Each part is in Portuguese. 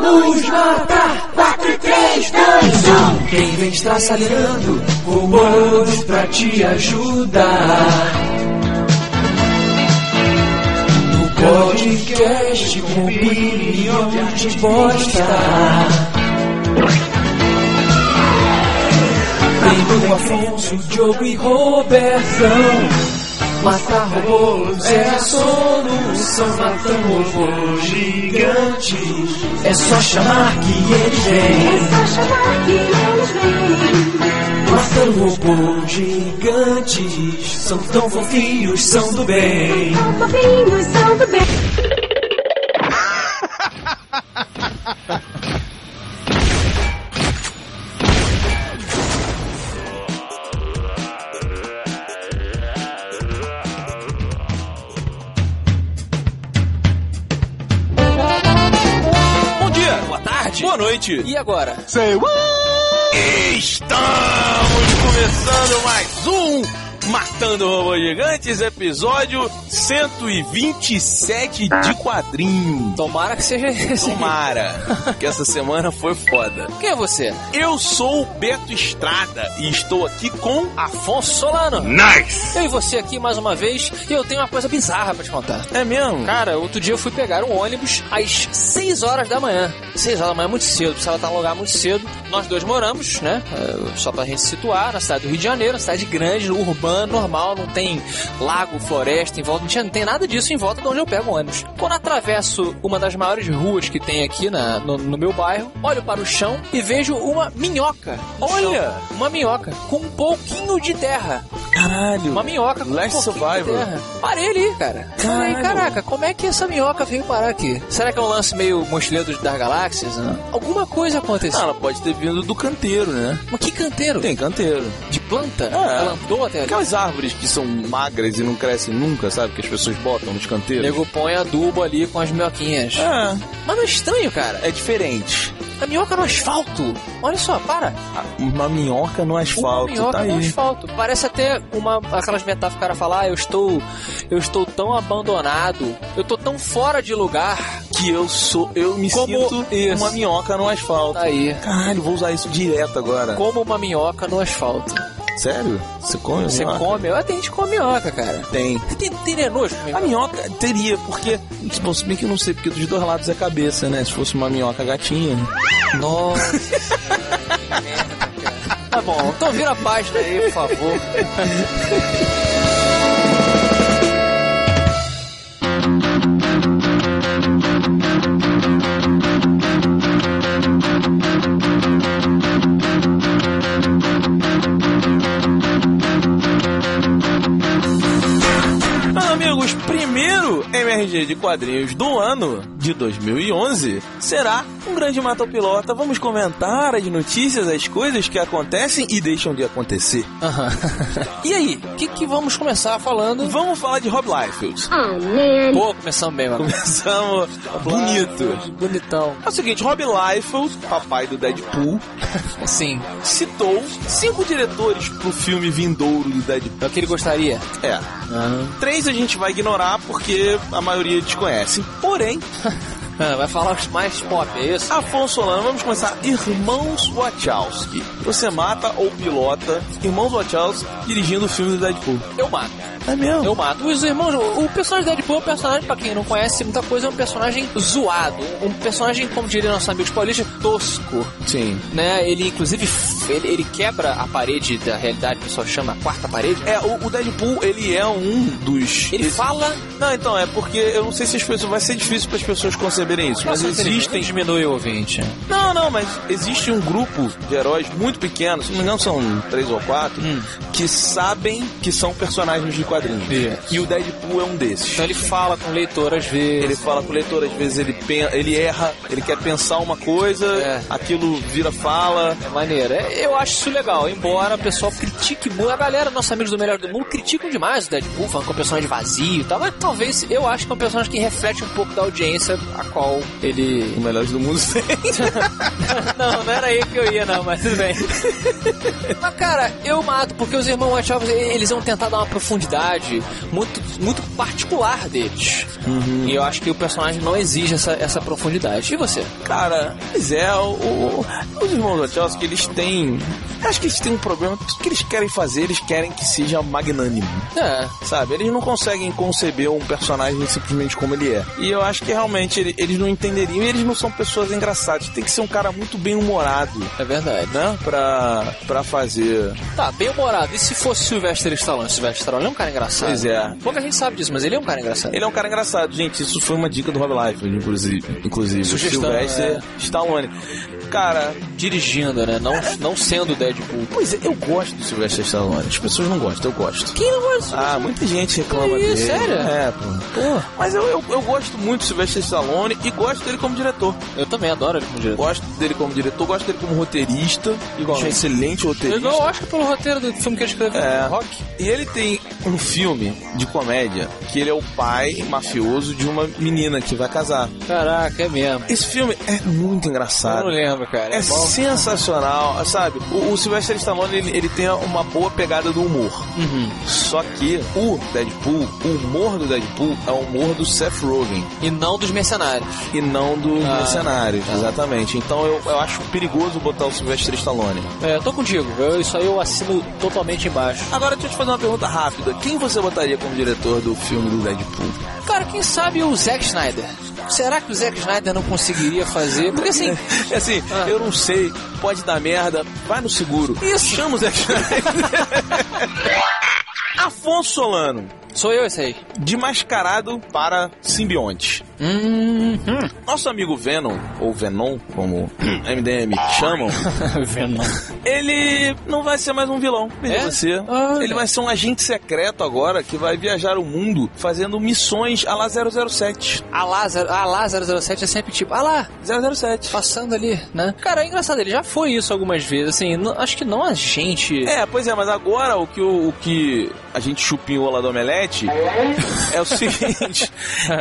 Vamos matar! 4, 3, 2, 1! Quem vem estraçalhando, comandos pra te ajudar. No podcast com bilhão de bosta. Vem com Afonso, Diogo e Robertão. Matar robôs é a solução. Matamos robôs gigantes. É só chamar que eles É vêm. só chamar que eles vêm. Matando robôs gigantes. São tão fofinhos, são do bem. São fofinhos, são do bem. Bom dia, boa tarde, boa noite. E agora? Say what? Estamos começando mais um Matando Robô Gigantes, episódio 127 de quadrinho. Tomara que seja esse. Tomara, que essa semana foi foda. Quem é você? Eu sou o Beto Estrada e estou aqui com Afonso Solano. Nice. Eu e você aqui mais uma vez e eu tenho uma coisa bizarra pra te contar. É mesmo? Cara, outro dia eu fui pegar um ônibus às 6 horas da manhã. 6 horas da manhã é muito cedo, precisava estar no lugar muito cedo. Nós dois moramos, né? eh, Só pra gente se situar, na cidade do Rio de Janeiro, uma cidade grande, urbana, normal, não tem lago, floresta em volta, não, tinha, não tem nada disso em volta de onde eu pego o ônibus. Quando atravesso uma das maiores ruas que tem aqui na- no, no meu bairro, olho para o chão e vejo uma minhoca. no Olha! chão. Uma minhoca com um pouquinho de terra. Caralho. Uma minhoca com Last um pouquinho de Survivor. terra. Parei ali, cara. Falei, Caralho. caraca, como é que essa minhoca veio parar aqui? Será que é um lance meio mochileiro das galáxias? né? Alguma coisa aconteceu. Ah, ela pode ter vindo do canteiro, né? Mas que canteiro? Tem canteiro. De planta? É. Ela andou até ali. Aquelas árvores que são magras e não crescem nunca, sabe? Que as pessoas botam nos O canteiros. nego põe adubo ali com as minhoquinhas. É, Mas não é estranho, cara. é diferente. A minhoca no asfalto. Olha só, para. Uma minhoca no Uma asfalto, minhoca tá aí. no asfalto. Parece até uma aquelas metáforas que o cara fala, ah, eu estou eu estou tão abandonado, eu estou tão fora de lugar. Que eu sou, eu me Como sinto isso. uma minhoca no asfalto. Tá aí. Caralho, vou usar isso direto agora. Como uma minhoca no asfalto. Sério? Você come? Você minhoca? come? Eu até a gente come minhoca, cara. Tem. Você tem, tem né, nenojo com A minhoca? minhoca teria, porque. Bom, se bem que eu não sei, porque dos dois lados é cabeça, né? Se fosse uma minhoca gatinha. Nossa. que merda, cara. Tá bom, então vira a página aí, por favor. Meus amigos, primeiro MRG de quadrinhos do ano de 2011 será um grande matopilota. Vamos comentar as notícias, as coisas que acontecem e deixam de acontecer. Aham. E aí, o que, que vamos começar falando? Vamos falar de Rob Liefeld. Oh, man. Pô, começamos bem, mano. Começamos bonito. Bonitão. É o seguinte, Rob Liefeld, papai do Deadpool, Sim, citou cinco diretores pro filme vindouro do Deadpool. é o que ele gostaria. É, três a gente vai ignorar porque a maioria desconhece. Porém, Ah, vai falar os mais pop, é isso? Afonso Solano, vamos começar. Irmãos Wachowski. Você mata ou pilota Irmãos Wachowski dirigindo o filme do Deadpool. Ah, Eu mato. É mesmo? Eu mato. Os irmãos, o personagem do Deadpool é um personagem, pra quem não conhece muita coisa, é um personagem zoado. Um personagem, como diria nosso amigo paulista, tosco. Sim. né? Ele inclusive f- ele, ele quebra a parede da realidade, o pessoal chama a quarta parede. É, o, o Deadpool, ele é um dos... Ele esse- fala, Não, então, é porque eu não sei se as pessoas... Vai ser difícil para as pessoas conceberem isso, mas Nossa, existem... diminui o ouvinte. Não, não, mas existe um grupo de heróis muito pequeno, se não me engano são três ou quatro, Hum. que sabem que são personagens de quadrinhos. Isso. E o Deadpool é um desses. Então ele fala com o leitor às vezes. Ele fala com o leitor, às vezes ele, pen- ele erra, ele quer pensar uma coisa, É. aquilo vira fala. É maneiro. É, Eu acho isso legal, embora o pessoal critique muito. A galera, nossos amigos do Melhor do Mundo, criticam demais o Deadpool, falando que é um personagem vazio e tal. Mas talvez eu acho que é um personagem que reflete um pouco da audiência a qual ele. O melhor do mundo tem. Não, não era aí que eu ia, não, mas tudo bem. Mas, cara, eu mato, porque os irmãos Wachowski, eles vão tentar dar uma profundidade muito muito particular deles. E eu acho que o personagem não exige essa, essa profundidade. E você? Cara, pois é, o, o- os irmãos Wachowski, eles têm. Acho que eles têm um problema. Tudo que eles querem fazer, eles querem que seja magnânimo. É, Sabe? Eles não conseguem conceber um personagem simplesmente como ele é. E eu acho que realmente ele- eles não entenderiam e eles não são pessoas engraçadas. Tem que ser um cara muito bem humorado, é verdade. né? Pra, pra fazer. Tá, bem humorado. E se fosse Sylvester Stallone? Sylvester Stallone é um cara engraçado. Pois é. Pouca gente sabe disso, mas ele é um cara engraçado. Ele é um cara engraçado, gente. Isso foi uma dica do Rob Liefeld, inclusive. inclusive. Sugestão, Sylvester Stallone. Cara, Dirigindo, né? Não, não sendo Deadpool. pois é, eu gosto do Sylvester Stallone. As pessoas não gostam, eu gosto. Quem não gosta? Ah, muita gente reclama Que dele. isso, sério? É, pô. Pô, Mas eu, eu, eu gosto muito do Sylvester Stallone e gosto dele como diretor. eu também adoro ele como diretor. Gosto dele como diretor, gosto dele como roteirista. Igualmente. Um excelente Eu roteirista. ganhou o Oscar pelo roteiro do filme que ele escreveu. É. Rock. E ele tem um filme de comédia que ele é o pai mafioso de uma menina que vai casar. Caraca, é mesmo. Esse filme é muito Eu não engraçado. lembro, cara. É bom. sensacional, sabe? O, o Sylvester Stallone ele, ele tem uma boa pegada do humor. Uhum. Só que o Deadpool, o humor do Deadpool é o humor do Seth Rogen E não dos mercenários. e não do Ah, Mercenários, exatamente. Então eu, eu acho perigoso botar o Sylvester Stallone. É, eu tô contigo. Eu, isso aí eu assino totalmente embaixo. Agora deixa eu te fazer uma pergunta rápida. Quem você botaria como diretor do filme do Deadpool? Cara, quem sabe o Zack Snyder? Será que o Zack Snyder não conseguiria fazer? Porque assim, É assim, Ah. eu não sei, pode dar merda, vai no seguro. Isso. Chama o Zack Snyder. Afonso Solano, sou eu esse aí. de mascarado para simbionte. Hum, Nosso amigo Venom, ou Venom, como MDM chamam, Venom. ele não vai ser mais um vilão. Ele, É? vai, ser, Ah, ele é. vai ser um agente secreto agora que vai viajar o mundo fazendo missões a lá 007. A Lázaro, a Lázaro 07 é sempre tipo, ah lá, 007. passando ali, né? Cara, é engraçado, ele já foi isso algumas vezes, assim, não- acho que não a gente. É, pois é, mas agora o que, o, o que a gente chupinhou lá do Omelete é o seguinte: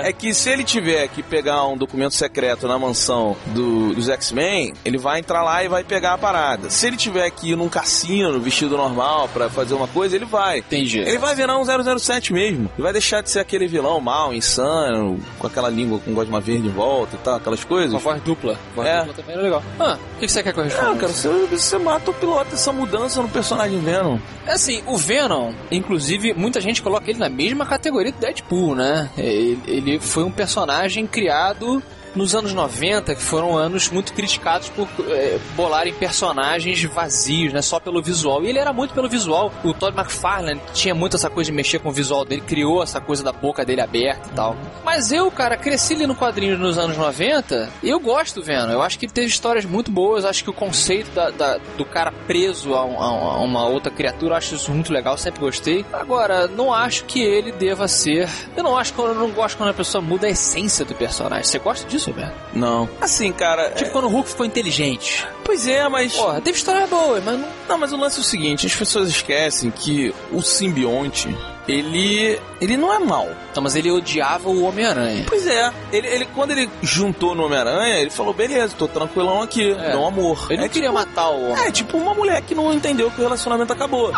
é que se ele tiver que pegar um documento secreto na mansão do- dos X-Men, ele vai entrar lá e vai pegar a parada. Se ele tiver que ir num cassino vestido normal pra fazer uma coisa, ele vai. Entendi. Ele vai virar um 007 mesmo. Ele vai deixar de ser aquele vilão mau, insano, com aquela língua com gosma verde em volta e tal, aquelas coisas. Uma voz dupla. Voz É. dupla também era legal. Ah, o que que você quer que eu responda? Não, cara, você, você mata o piloto, essa mudança no personagem Venom. Assim, o Venom, inclusive, muita gente coloca ele na mesma categoria do Deadpool, né? Ele, ele foi um personagem criado nos anos 90, que foram anos muito criticados por eh, bolarem personagens vazios, né? Só pelo visual. E ele era muito pelo visual. O Todd McFarlane tinha muito essa coisa de mexer com o visual dele, criou essa coisa da boca dele aberta e tal. Mas eu, cara, cresci ali no quadrinho nos anos 90 e eu gosto do Venom. Eu acho que ele teve histórias muito boas. Acho que o conceito da- da- do cara preso a, um- a um- a uma outra criatura, eu acho isso muito legal, sempre gostei. Agora, não acho que ele deva ser. Eu não acho que eu não gosto quando a pessoa muda a essência do personagem. Você gosta disso, Venom? Não. Assim, cara. é- Tipo quando o Hulk ficou inteligente. Pois é, mas. Porra, teve histórias boas, mas não. Não, mas o lance é o seguinte: as pessoas esquecem que o simbionte, ele. ele não é mal. Não, mas ele odiava o Homem-Aranha. Pois é. Ele, ele- quando ele juntou no Homem-Aranha, ele falou: beleza, tô tranquilão aqui, É. não amor. Ele não é, queria matar o homem. é tipo uma mulher que não entendeu que o relacionamento acabou.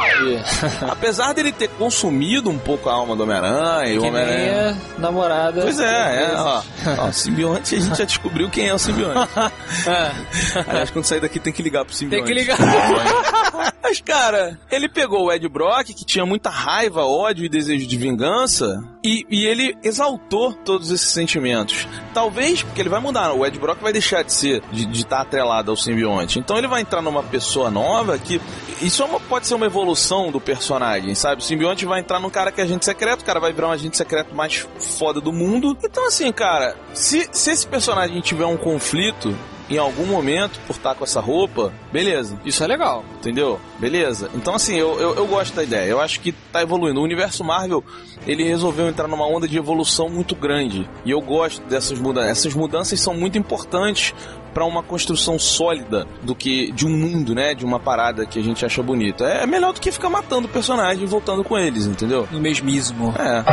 Apesar dele ter consumido um pouco a alma do Homem-Aranha, e o Que nem Homem-Aranha. a namorada. Pois é, é, ó. ó. Simbionte, a gente já descobriu quem é o simbionte. É, Aliás, quando sair daqui tem que ligar pro simbionte. Tem que ligar. Mas, cara, ele pegou o Ed Brock, que tinha muita raiva, ódio e desejo de vingança, e, e ele exaltou todos esses sentimentos. Talvez, porque ele vai mudar, o Ed Brock vai deixar de ser, de estar atrelado ao simbionte. Então ele vai entrar numa pessoa nova que. Isso é uma- pode ser uma evolução do personagem, sabe? O simbionte vai entrar num cara que é agente secreto, o cara vai virar um agente secreto mais foda do mundo. Então, assim, cara, se, se esse personagem tiver um conflito. Em algum momento, por estar com essa roupa, beleza. Isso é legal. Entendeu? Beleza. Então, assim, eu, eu, eu gosto da ideia. Eu acho que tá evoluindo. O universo Marvel, ele resolveu entrar numa onda de evolução muito grande. E eu gosto dessas mudanças. Essas mudanças são muito importantes para uma construção sólida do que de um mundo, né? De uma parada que a gente acha bonita. É melhor do que ficar matando o personagem e voltando com eles, entendeu? No mesmismo. É.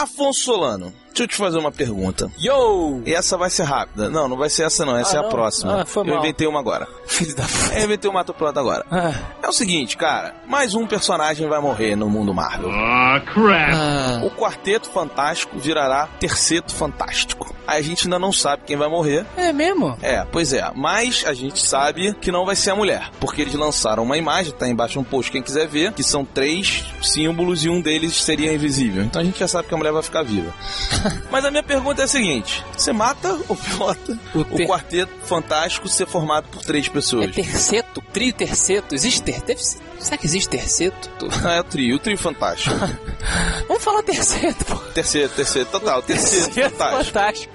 Afonso Solano, Deixa eu te fazer uma pergunta. Yo! E essa vai ser rápida. Não, não vai ser essa não, essa Ah, é a não? próxima. Ah, foi eu mal. inventei uma agora. Filho da f... Eu inventei o Mato Planta agora. Ah, É o seguinte, cara, mais um personagem vai morrer no mundo Marvel. Ah, crap. ah. O Quarteto Fantástico virará Terceto Fantástico. A gente ainda não sabe quem vai morrer. É mesmo? É, pois é. Mas a gente sabe que não vai ser a mulher. Porque eles lançaram uma imagem, tá aí embaixo um post, quem quiser ver, que são três símbolos e um deles seria invisível. Então a gente já sabe que a mulher vai ficar viva. Mas a minha pergunta é a seguinte: você mata ou pilota O o, ter- Quarteto Fantástico ser formado por três É pessoas? terceto? Trio terceto? Existe ter... Deve ser... Será que existe terceto? Tô- Ah, é o trio, o trio fantástico. Vamos falar terceto, pô. terceiro, terceiro, total, terceiro fantástico.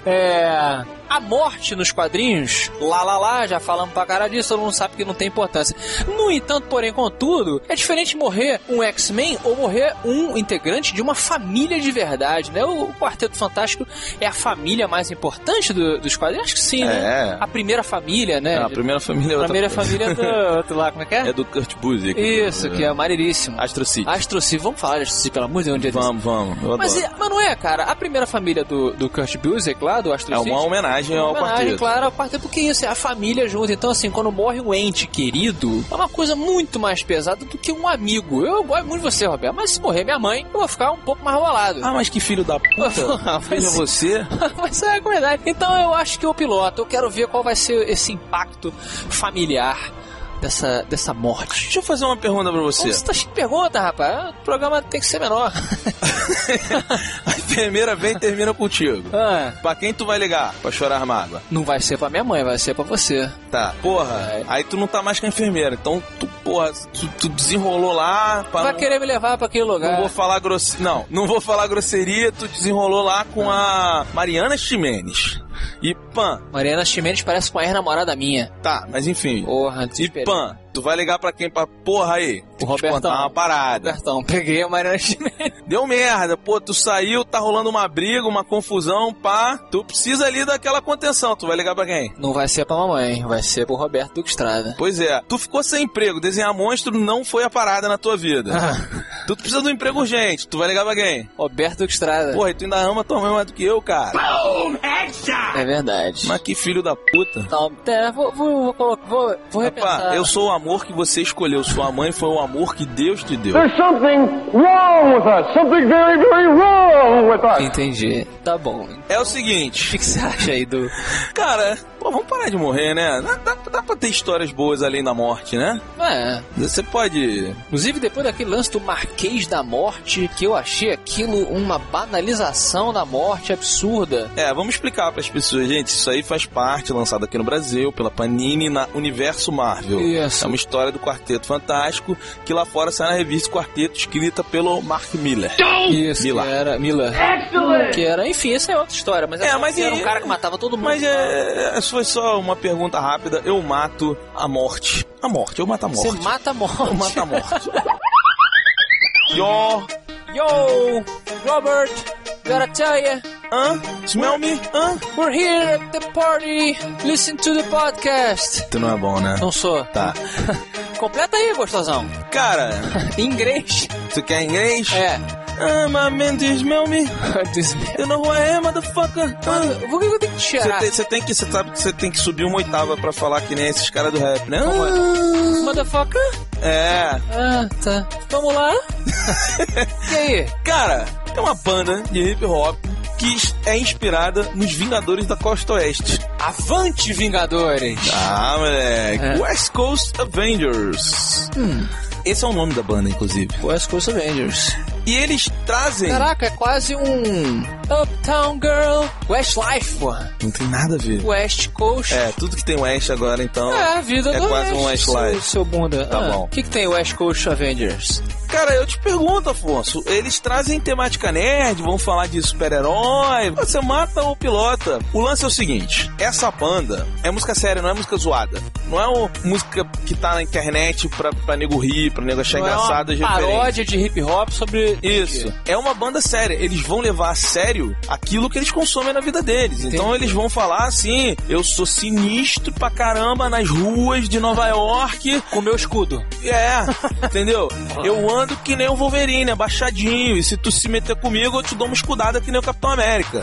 fantástico. É. A morte nos quadrinhos, lá lá lá, já falamos pra caralho disso, todo mundo sabe que não tem importância. No entanto, porém, contudo, é diferente morrer um X-Men ou morrer um integrante de uma família de verdade, né? O Quarteto Fantástico é a família mais importante do- dos quadrinhos? Acho que sim, né? É. A primeira família, né? Ah, a primeira família é A outra primeira coisa. família do outro lá, como é que é? É do Kurt Busiek. Isso, que é maneiríssimo. Astro City. Astro City, vamos falar de Astro City, pelo amor de Deus, um dia desse. Vamos, vamos. Eu Mas, adoro. e- mas não é, cara. A primeira família do, do Kurt Busiek lá, do Astro É City, uma homenagem ao homenagem, quarteto. claro, ao quarteto, porque isso é a família junto. Então, assim, quando morre um ente querido, é uma coisa muito mais pesada do que um amigo. Eu gosto muito de você, Roberto, mas se morrer minha mãe, eu vou ficar um pouco mais rolado. Ah, mas que filho da puta. Ah, Veja mas- você. Mas é verdade. Então eu acho que eu piloto. Eu quero ver qual vai ser esse impacto familiar dessa, dessa morte. Deixa eu fazer uma pergunta pra você. Você tá cheio de pergunta, rapaz. O programa tem que ser menor. A enfermeira vem e termina contigo. Ah, Pra quem tu vai ligar? Pra chorar mágoa. não vai ser pra minha mãe, vai ser pra você. Tá. Porra, Ai. aí tu não tá mais com a enfermeira. Então tu, porra, tu, tu desenrolou lá. Pra Vai não, querer me levar pra aquele lugar. não vou falar grosseria. Não, não vou falar grosseria. Tu desenrolou lá com a Mariana Ximenes. E pã, Mariana Chimenez parece com a ex-namorada minha. tá, mas enfim. Porra, E desesperei. pã, tu vai ligar pra quem? Pra porra aí. O Vou te Robertão. contar uma parada. Bertão, peguei a Mariana Chimenez. Deu merda, pô, tu saiu, tá rolando uma briga, uma confusão, pá. Tu precisa ali daquela contenção, tu vai ligar pra quem? Não vai ser pra mamãe, vai ser pro Roberto Duque Estrada. Pois é, tu ficou sem emprego, desenhar monstro não foi a parada na tua vida. tu precisa de um emprego urgente, tu vai ligar pra quem? Roberto Duque Estrada. Porra, e tu ainda ama tua mãe mais do que eu, cara. É verdade. Mas que filho da puta. Então, é, vou, vou, vou, colo- vou, vou repensar. Pá, eu sou o amor que você escolheu, sua mãe foi o amor que Deus te deu. There's something wrong with us. Something very, very wrong with us. Entendi. Tá bom. É o O seguinte, que, que você acha aí do... cara, pô, vamos parar de morrer, né? Dá, dá, dá pra ter histórias boas além da morte, né? É, Você pode inclusive depois daquele lance do Marquês da Morte, que eu achei aquilo uma banalização da morte absurda. É, vamos explicar para as pessoas, gente. Isso aí faz parte, lançado aqui no Brasil, pela Panini na Universo Marvel. Isso. É uma história do Quarteto Fantástico, que lá fora sai na revista Quarteto, escrita pelo Mark Miller. Isso, Mila. que era... Mila. Excellent. Que era, enfim, essa é outra história. Mas, É, era- mas era e- um cara que matava todo mundo. Mas é, é- foi só uma pergunta rápida. Eu mato a morte. A morte, eu mato a Você morte. mata a morte. Eu mato a morte. Yo! Yo, Robert, gotta tell ya, Hã? Smell me? Hã? we're here at the party. Listen to the podcast. Tu não é bom, né? Não sou. Tá. Completa aí, gostosão. Cara, Em inglês. tu quer inglês? É. Ah, my man, do you smell me? You know who I am, motherfucker? Ah. Vou que eu tenho que Você cheirar. tem, você tem que, você sabe que você tem que subir uma oitava pra falar que nem esses caras do rap, né? Motherfucker? É. Ah, tá. Vamos lá? e aí? Cara, é uma banda de hip hop que es- é inspirada nos Vingadores da Costa Oeste. Avante, Vingadores! Ah, moleque. É. Hum. West Coast Avengers. Esse é o nome da banda, inclusive. West Coast Avengers. E eles trazem. Caraca, é quase um Uptown Girl Westlife, porra. Não tem nada a ver. West Coast. É, tudo que tem West agora, então. É, a vida É do quase um West, Westlife. Seu, seu bunda. Tá Ah, bom. O que, que tem West Coast Avengers? Cara, eu te pergunto, Afonso, eles trazem temática nerd, vão falar de super-herói, você mata ou pilota. O lance é o seguinte, essa banda é música séria, não é música zoada. Não é o- música que tá na internet pra, pra nego rir, pra nego achar Não engraçado é as uma referências. paródia de hip hop sobre... Isso. É uma banda séria. Eles vão levar a sério aquilo que eles consomem na vida deles. Então eles vão falar assim: eu sou sinistro pra caramba nas ruas de Nova York, Com meu escudo. é, entendeu? Eu andando que nem o Wolverine, abaixadinho. E se tu se meter comigo, eu te dou uma escudada que nem o Capitão América.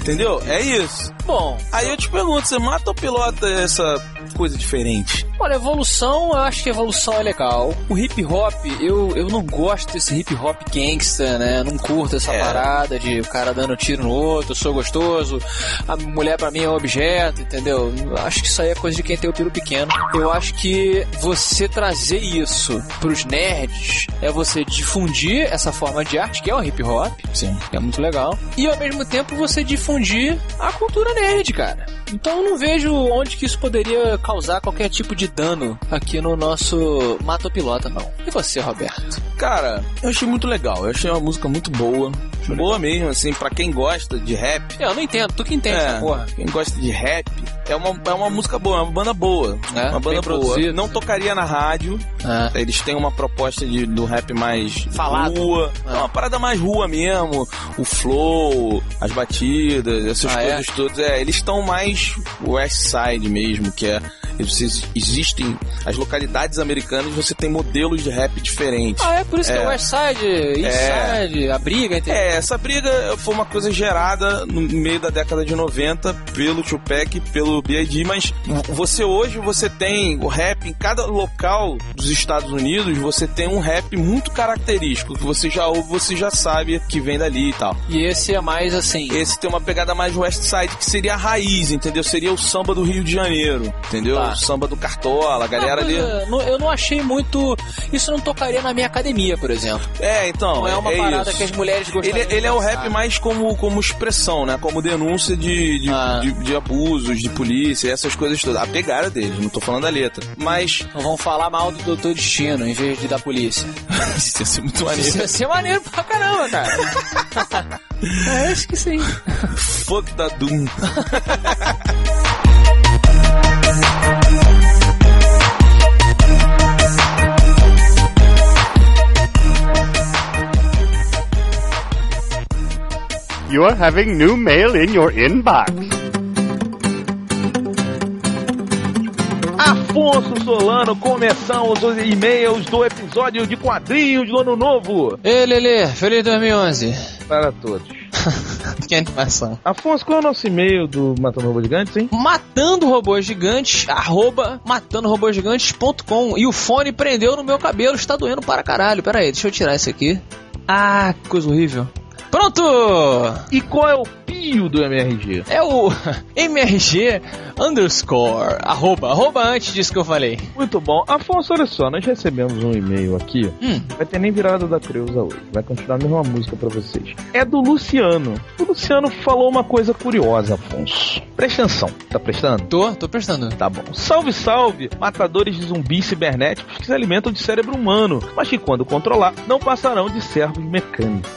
Entendeu? É isso. Bom, Aí eu te pergunto, você mata ou pilota essa coisa diferente? olha, evolução, eu acho que evolução é legal. O hip hop, eu, eu não gosto desse hip hop gangsta, né? Eu não curto essa É. parada de o cara dando tiro no outro, eu sou gostoso, a mulher pra mim é um objeto, entendeu? Eu Acho que isso aí é coisa de quem tem o peru pequeno. Eu acho que você trazer isso pros nerds é você difundir essa forma de arte, que é o hip hop, Sim. que é muito legal. E ao mesmo tempo você difundir a cultura nerd, cara. Então eu não vejo onde que isso poderia causar qualquer tipo de dano aqui no nosso Matopilota, não. E você, Roberto? Cara, eu achei muito legal. Eu achei uma música muito boa. Boa mesmo, assim, pra quem gosta de rap. Eu não entendo, tu que entende É, essa porra. Quem gosta de rap é uma, é uma música boa, é uma banda boa. né? É, uma bem banda boa. produzida. Não tocaria na rádio. Ah, Né? Eles têm uma proposta de, do rap mais Falado. rua. É. É uma parada mais rua mesmo. O flow, as batidas, essas Ah, é? coisas todas. É, eles estão mais West Side mesmo, que é. eles- Existem as localidades americanas, você tem modelos de rap diferentes. Ah, é por isso que é É. Westside, Eastside, a briga entre... É, essa briga foi uma coisa gerada no meio da década de 90 pelo Tupac, e pelo B.I.D., mas você hoje, você tem o rap em cada local dos Estados Unidos, você tem um rap muito característico, que você já ouve, você já sabe que vem dali e tal. E esse é mais assim... Esse tem uma pegada mais West Side, que seria a raiz, entendeu? Seria o samba do Rio de Janeiro, entendeu? Tá. O samba do Cartola, a galera Ah, ali... mas, é, não- Eu não achei muito... Isso não tocaria na minha academia, por exemplo. É, então, Não é uma parada isso. que as mulheres gostam Ele, ele é o rap mais como, como expressão, né? Como denúncia de, de, Ah. de- de abusos, de polícia, essas coisas todas. A pegada dele, não tô falando da letra. Mas Não vão falar mal do Doutor Destino em vez de da polícia. isso ia ser muito Isso maneiro. ia ser maneiro pra caramba, cara. é, acho que sim. é Fuck da Doom. You are having new mail in your inbox. Afonso Solano, começamos os e-mails do episódio de quadrinhos do Ano Novo. Ei, Lelê, feliz 2011. Para todos. que animação. Afonso, qual é o nosso e-mail do Matando Robô Gigantes, hein? Matando robôs gigantes, arroba matandorobogigantes.com. E o fone prendeu no meu cabelo, está doendo para caralho. Pera aí, deixa eu tirar isso aqui. Ah, que coisa horrível. Pronto! E qual é o pio do MRG? É o MRG underscore, arroba, arroba antes disso que eu falei. Muito bom. Afonso, olha só, nós recebemos um e-mail aqui. Hum. Vai ter nem virada da Creuza hoje. Vai continuar a mesma música pra vocês. É do Luciano. O Luciano falou uma coisa curiosa, Afonso. Presta atenção. Tá prestando? Tô, tô prestando. Tá bom. Salve, salve, matadores de zumbis cibernéticos que se alimentam de cérebro humano, mas que quando controlar, não passarão de servos mecânicos.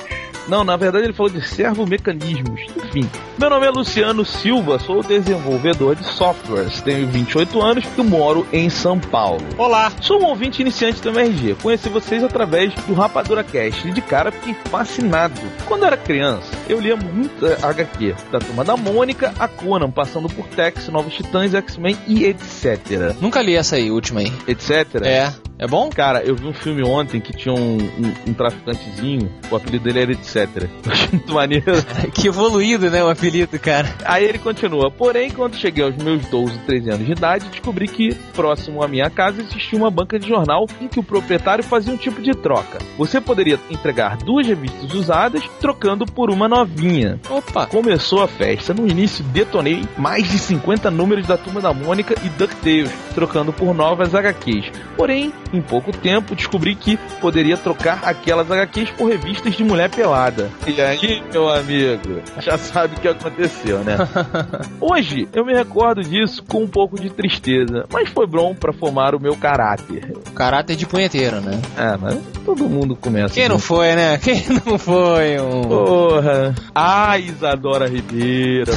Não, na verdade ele falou de servomecanismos. Enfim, meu nome é Luciano Silva, sou desenvolvedor de softwares, tenho 28 anos e moro em São Paulo. Olá! Sou um ouvinte iniciante do MRG, conheci vocês através do Rapadura Cast e de cara fiquei fascinado. Quando era criança, eu lia muita HQ, da Turma da Mônica a Conan, passando por Tex, Novos Titãs, X-Men e etc. Nunca li essa aí, última aí. Etc. É. É bom? Cara, eu vi um filme ontem que tinha um, um- um traficantezinho, o apelido dele era etc. Eu achei muito maneiro. É. Que evoluído, né, o apelido, cara. Aí ele continua. Porém, quando cheguei aos meus 12, 13 anos de idade, descobri que, próximo à minha casa, existia uma banca de jornal em que o proprietário fazia um tipo de troca. Você poderia entregar duas revistas usadas, trocando por uma novinha. Opa. Começou a festa. No início, detonei mais de 50 números da Turma da Mônica e DuckTales, trocando por novas HQs. Porém, em pouco tempo, descobri que poderia trocar aquelas HQs por revistas de mulher pelada. E aí, meu amigo, já sabe o que aconteceu, né? Hoje, eu me recordo disso com um pouco de tristeza, mas foi bom pra formar o meu caráter. Caráter de punheteiro, né? Ah, mas todo mundo começa. Quem né? não foi, né? Quem não foi um... Porra! Ah, Isadora Ribeira!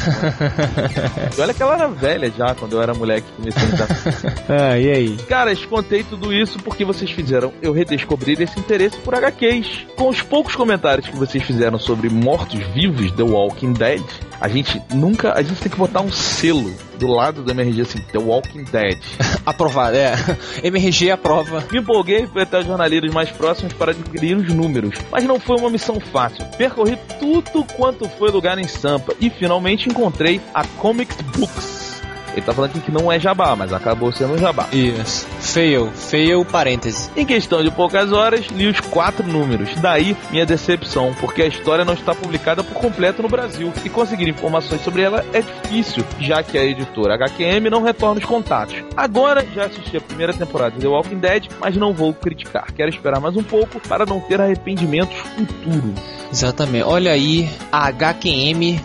pô. E Olha que ela era velha já quando eu era moleque comecei a Ah, e aí? Cara, eu te contei tudo isso isso porque vocês fizeram eu redescobrir esse interesse por HQs. Com os poucos comentários que vocês fizeram sobre mortos-vivos The Walking Dead, a gente nunca. A gente tem que botar um selo do lado do MRG assim, The Walking Dead. Aprovado, é. MRG aprova. Me empolguei fui até os jornaleiros mais próximos para adquirir os números, mas não foi uma missão fácil. Percorri tudo quanto foi lugar em Sampa e finalmente encontrei a Comics Books. Ele tá falando aqui que não é jabá, mas acabou sendo um jabá. Isso. Fail. Fail, parêntese. Em questão de poucas horas, li os quatro números. Daí minha decepção, porque a história não está publicada por completo no Brasil e conseguir informações sobre ela é difícil, já que a editora HQM não retorna os contatos. Agora já assisti a primeira temporada de The Walking Dead, mas não vou criticar. Quero esperar mais um pouco para não ter arrependimentos futuros. Exatamente. Olha aí a HQM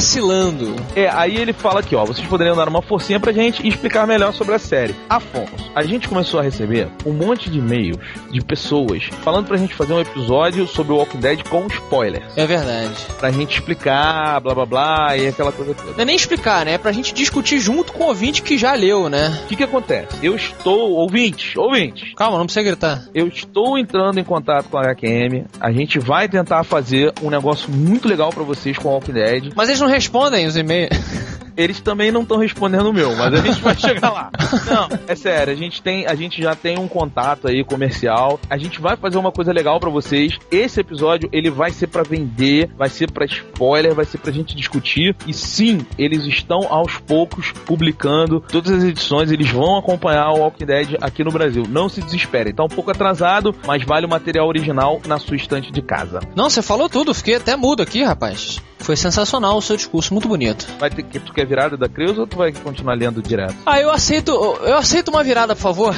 vacilando. É, aí ele fala aqui, ó, vocês poderiam dar uma forcinha pra gente e explicar melhor sobre a série. Afonso, a gente começou a receber um monte de e-mails de pessoas falando pra gente fazer um episódio sobre o Walking Dead com spoilers. É verdade. Pra gente explicar, blá blá blá, e aquela coisa toda. Não é nem explicar, né? É pra gente discutir junto com o ouvinte que já leu, né? O que que acontece? Eu estou, ouvinte, ouvinte, Calma, não precisa gritar. eu estou entrando em contato com a HQM, a gente vai tentar fazer um negócio muito legal pra vocês com o Walking Dead. Mas eles não respondem os e-mails. Eles também não estão respondendo o meu, mas a gente vai chegar lá. Não, é sério, a gente tem, a gente já tem um contato aí comercial. A gente vai fazer uma coisa legal pra vocês. Esse episódio ele vai ser pra vender, vai ser pra spoiler, vai ser pra gente discutir. E sim, eles estão aos poucos publicando todas as edições, eles vão acompanhar o Walking Dead aqui no Brasil. Não se desesperem, tá um pouco atrasado, mas vale o material original na sua estante de casa. Não, você falou tudo. Fiquei até mudo aqui, rapaz. Foi sensacional o seu discurso, muito bonito. Vai ter que tu quer virada da Creus ou tu vai continuar lendo direto? Ah, eu aceito. Eu aceito uma virada, por favor.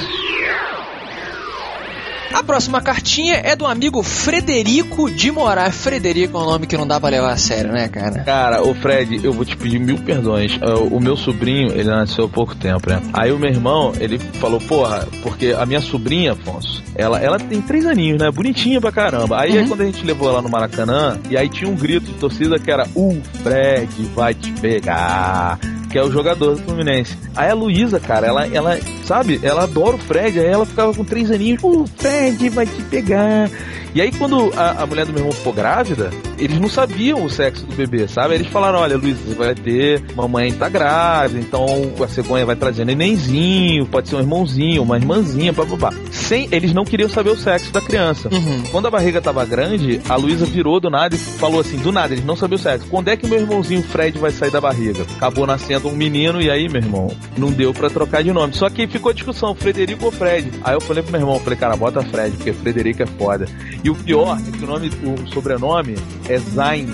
A próxima cartinha é do amigo Frederico de Moraes. Frederico é um nome que não dá pra levar a sério, né, cara? Cara, ô Fred, eu vou te pedir mil perdões. Ah, O meu sobrinho, ele nasceu há pouco tempo, né? Aí o meu irmão, ele falou, porra, porque a minha sobrinha, Afonso, ela, ela tem três aninhos, né? Bonitinha pra caramba. Aí, aí quando a gente levou ela no Maracanã, e aí tinha um grito de torcida que era, o Fred vai te pegar. Que é o jogador do Fluminense. Aí a Luísa, cara, ela, ela, sabe, ela adora o Fred, aí ela ficava com três aninhos, o Fred vai te pegar. E aí, quando a, a mulher do meu irmão ficou grávida, eles não sabiam o sexo do bebê, sabe? Eles falaram: olha, Luiz, você vai ter, mamãe tá grávida, então a cegonha vai trazer nenenzinho, pode ser um irmãozinho, uma irmãzinha, papapá. Sem, eles não queriam saber o sexo da criança. Uhum. Quando a barriga tava grande, a Luísa virou do nada e falou assim: do nada, eles não sabiam o sexo. Quando é que meu irmãozinho Fred vai sair da barriga? Acabou nascendo um menino, e aí, meu irmão, não deu pra trocar de nome. Só que ficou a discussão: Frederico ou Fred? Aí eu falei pro meu irmão: falei, cara, bota Fred, porque Frederico é foda. E o pior é que o nome, o sobrenome é Zain,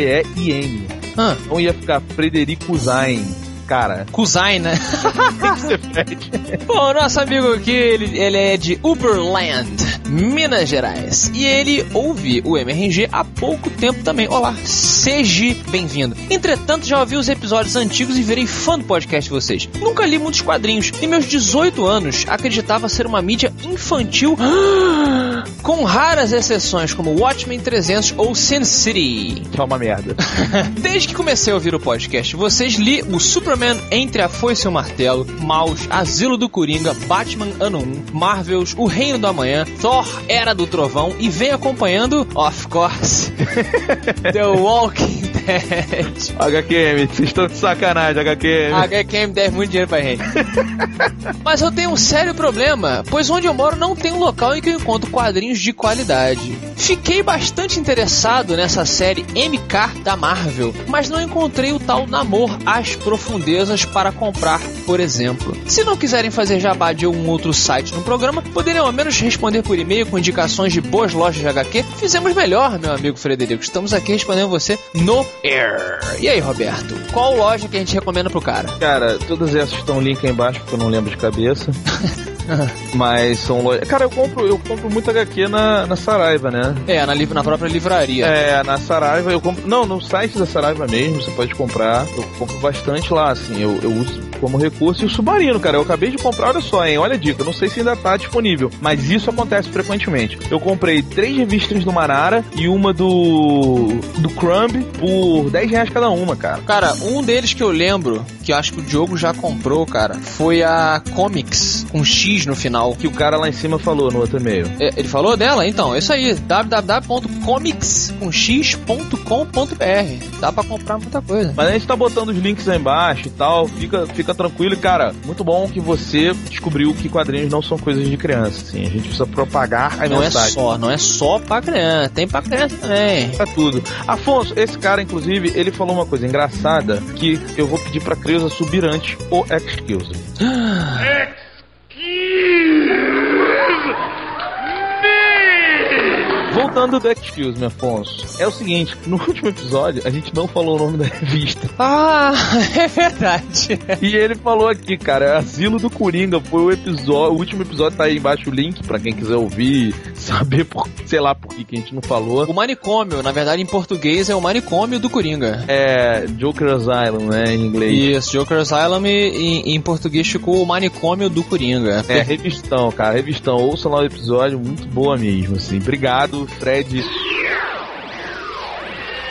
Z-E-I-N. Ah, Então ia ficar Frederico Zain. Cara, Kuzai, né? tem que ser Fred. Bom, nosso amigo aqui, ele, ele é de Uberland, Minas Gerais. E ele ouve o MRG há pouco tempo também. Olá, seja bem-vindo. Entretanto, já ouvi os episódios antigos e virei fã do podcast de vocês. Nunca li muitos quadrinhos. Em meus 18 anos, acreditava ser uma mídia infantil com raras exceções, como Watchmen 300 ou Sin City. Que é uma merda. Desde que comecei a ouvir o podcast, vocês li o Superman Entre a Foice e o Martelo, Maus, Asilo do Coringa, Batman Ano 1, Marvels, O Reino do Amanhã, Thor Era do Trovão e vem acompanhando, of course, The Walking Dead. HQM, vocês estão de sacanagem, HQM. A HQM deve muito dinheiro pra gente. Mas eu tenho um sério problema, pois onde eu moro não tem um local em que eu encontro quadrinhos de qualidade. Fiquei bastante interessado nessa série MK da Marvel, mas não encontrei o tal namor às profundezas para comprar, por exemplo. Se não quiserem fazer jabá de um outro site no programa, poderiam ao menos responder por e-mail com indicações de boas lojas de HQ. Fizemos melhor, meu amigo Frederico. Estamos aqui respondendo você no air. E aí, Roberto, qual loja que a gente recomenda pro cara? Cara, todas essas estão link aí embaixo porque eu não lembro de cabeça. Mas são lojas. Cara, eu compro, eu compro muito HQ na, na Saraiva, né? É, na, liv- na própria livraria. É, na Saraiva eu compro. Não, no site da Saraiva mesmo, você pode comprar. Eu compro bastante lá, assim. Eu, eu uso como recurso. E o submarino, cara, eu acabei de comprar, olha só, hein? Olha a dica, não sei se ainda tá disponível, mas isso acontece frequentemente. Eu comprei três revistas do Manara e uma do. do Crumb por 10 reais cada uma, cara. Cara, um deles que eu lembro, que eu acho que o Diogo já comprou, cara, foi a Comics, com X no final. Que o cara lá em cima falou no outro e-mail. É, Ele falou dela? Então, é isso aí, www.comics.com.br. Dá pra comprar muita coisa. Mas a gente tá botando os links aí embaixo e tal, fica, fica tranquilo. E, cara, muito bom que você descobriu que quadrinhos não são coisas de criança, assim. A gente precisa propagar a Não é mensagem. só, não é só pra criança, tem pra criança também. Pra tudo. Afonso, esse cara, inclusive, ele falou uma coisa engraçada que eu vou pedir pra Creuza subir antes o Excuse. Voltando do Excuse, meu Afonso. É o seguinte, no último episódio a gente não falou o nome da revista. Ah, é verdade. E ele falou aqui, cara, é Asilo do Coringa foi o episódio, o último episódio tá aí embaixo o link pra quem quiser ouvir, saber por, sei lá por que que a gente não falou. O manicômio, na verdade em português é o manicômio do Coringa. É Joker's Island, né, em inglês. Isso, Joker Asylum e- em, em português ficou o manicômio do Coringa. É, revistão, cara, revistão. Ouça lá o episódio, muito boa mesmo, assim. Obrigado, Fred.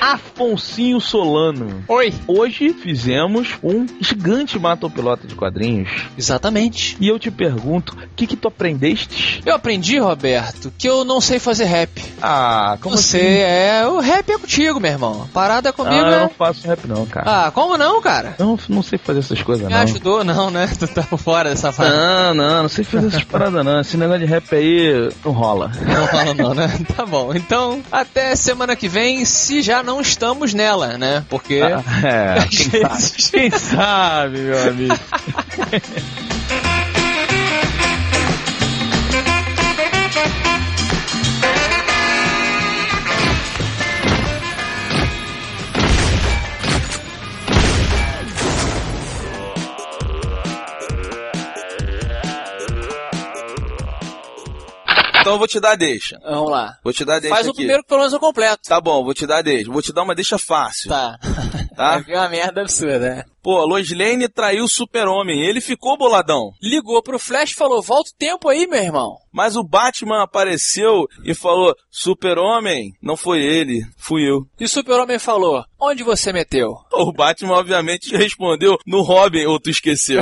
Afonsinho Solano. Oi. Hoje fizemos um gigante matopilota de quadrinhos. Exatamente. E eu te pergunto, o que que tu aprendeste? Eu aprendi, Roberto, que eu não sei fazer rap. Ah, como Você é. O rap é contigo, meu irmão. A Parada é assim? comigo, Ah, eu não né? faço rap não, cara. Ah, como não, cara? Eu Não, não sei fazer essas coisas Me não. ajudou, não, né? Tu tá fora dessa parada. Não, não, não sei fazer essas paradas não. Esse negócio de rap aí não rola. Não fala não, né? Tá bom. Então, até semana que vem, se já não estamos nela, né? Porque. Ah, é, quem sabe? Quem sabe, meu amigo? Então eu vou te dar a deixa. Vamos lá. Vou te dar a deixa Faz o aqui. primeiro que pelo menos eu completo. Tá bom, vou te dar a deixa. Vou te dar uma deixa fácil. Tá. Tá. É uma merda absurda, né? Pô, Lois Lane traiu o super-homem. Ele ficou boladão. Ligou pro Flash e falou: volta o tempo aí, meu irmão. Mas o Batman apareceu e falou, super-homem, não foi ele, fui eu. E o Super-Homem falou: onde você meteu? O Batman, obviamente, respondeu, no Robin, ou tu esqueceu.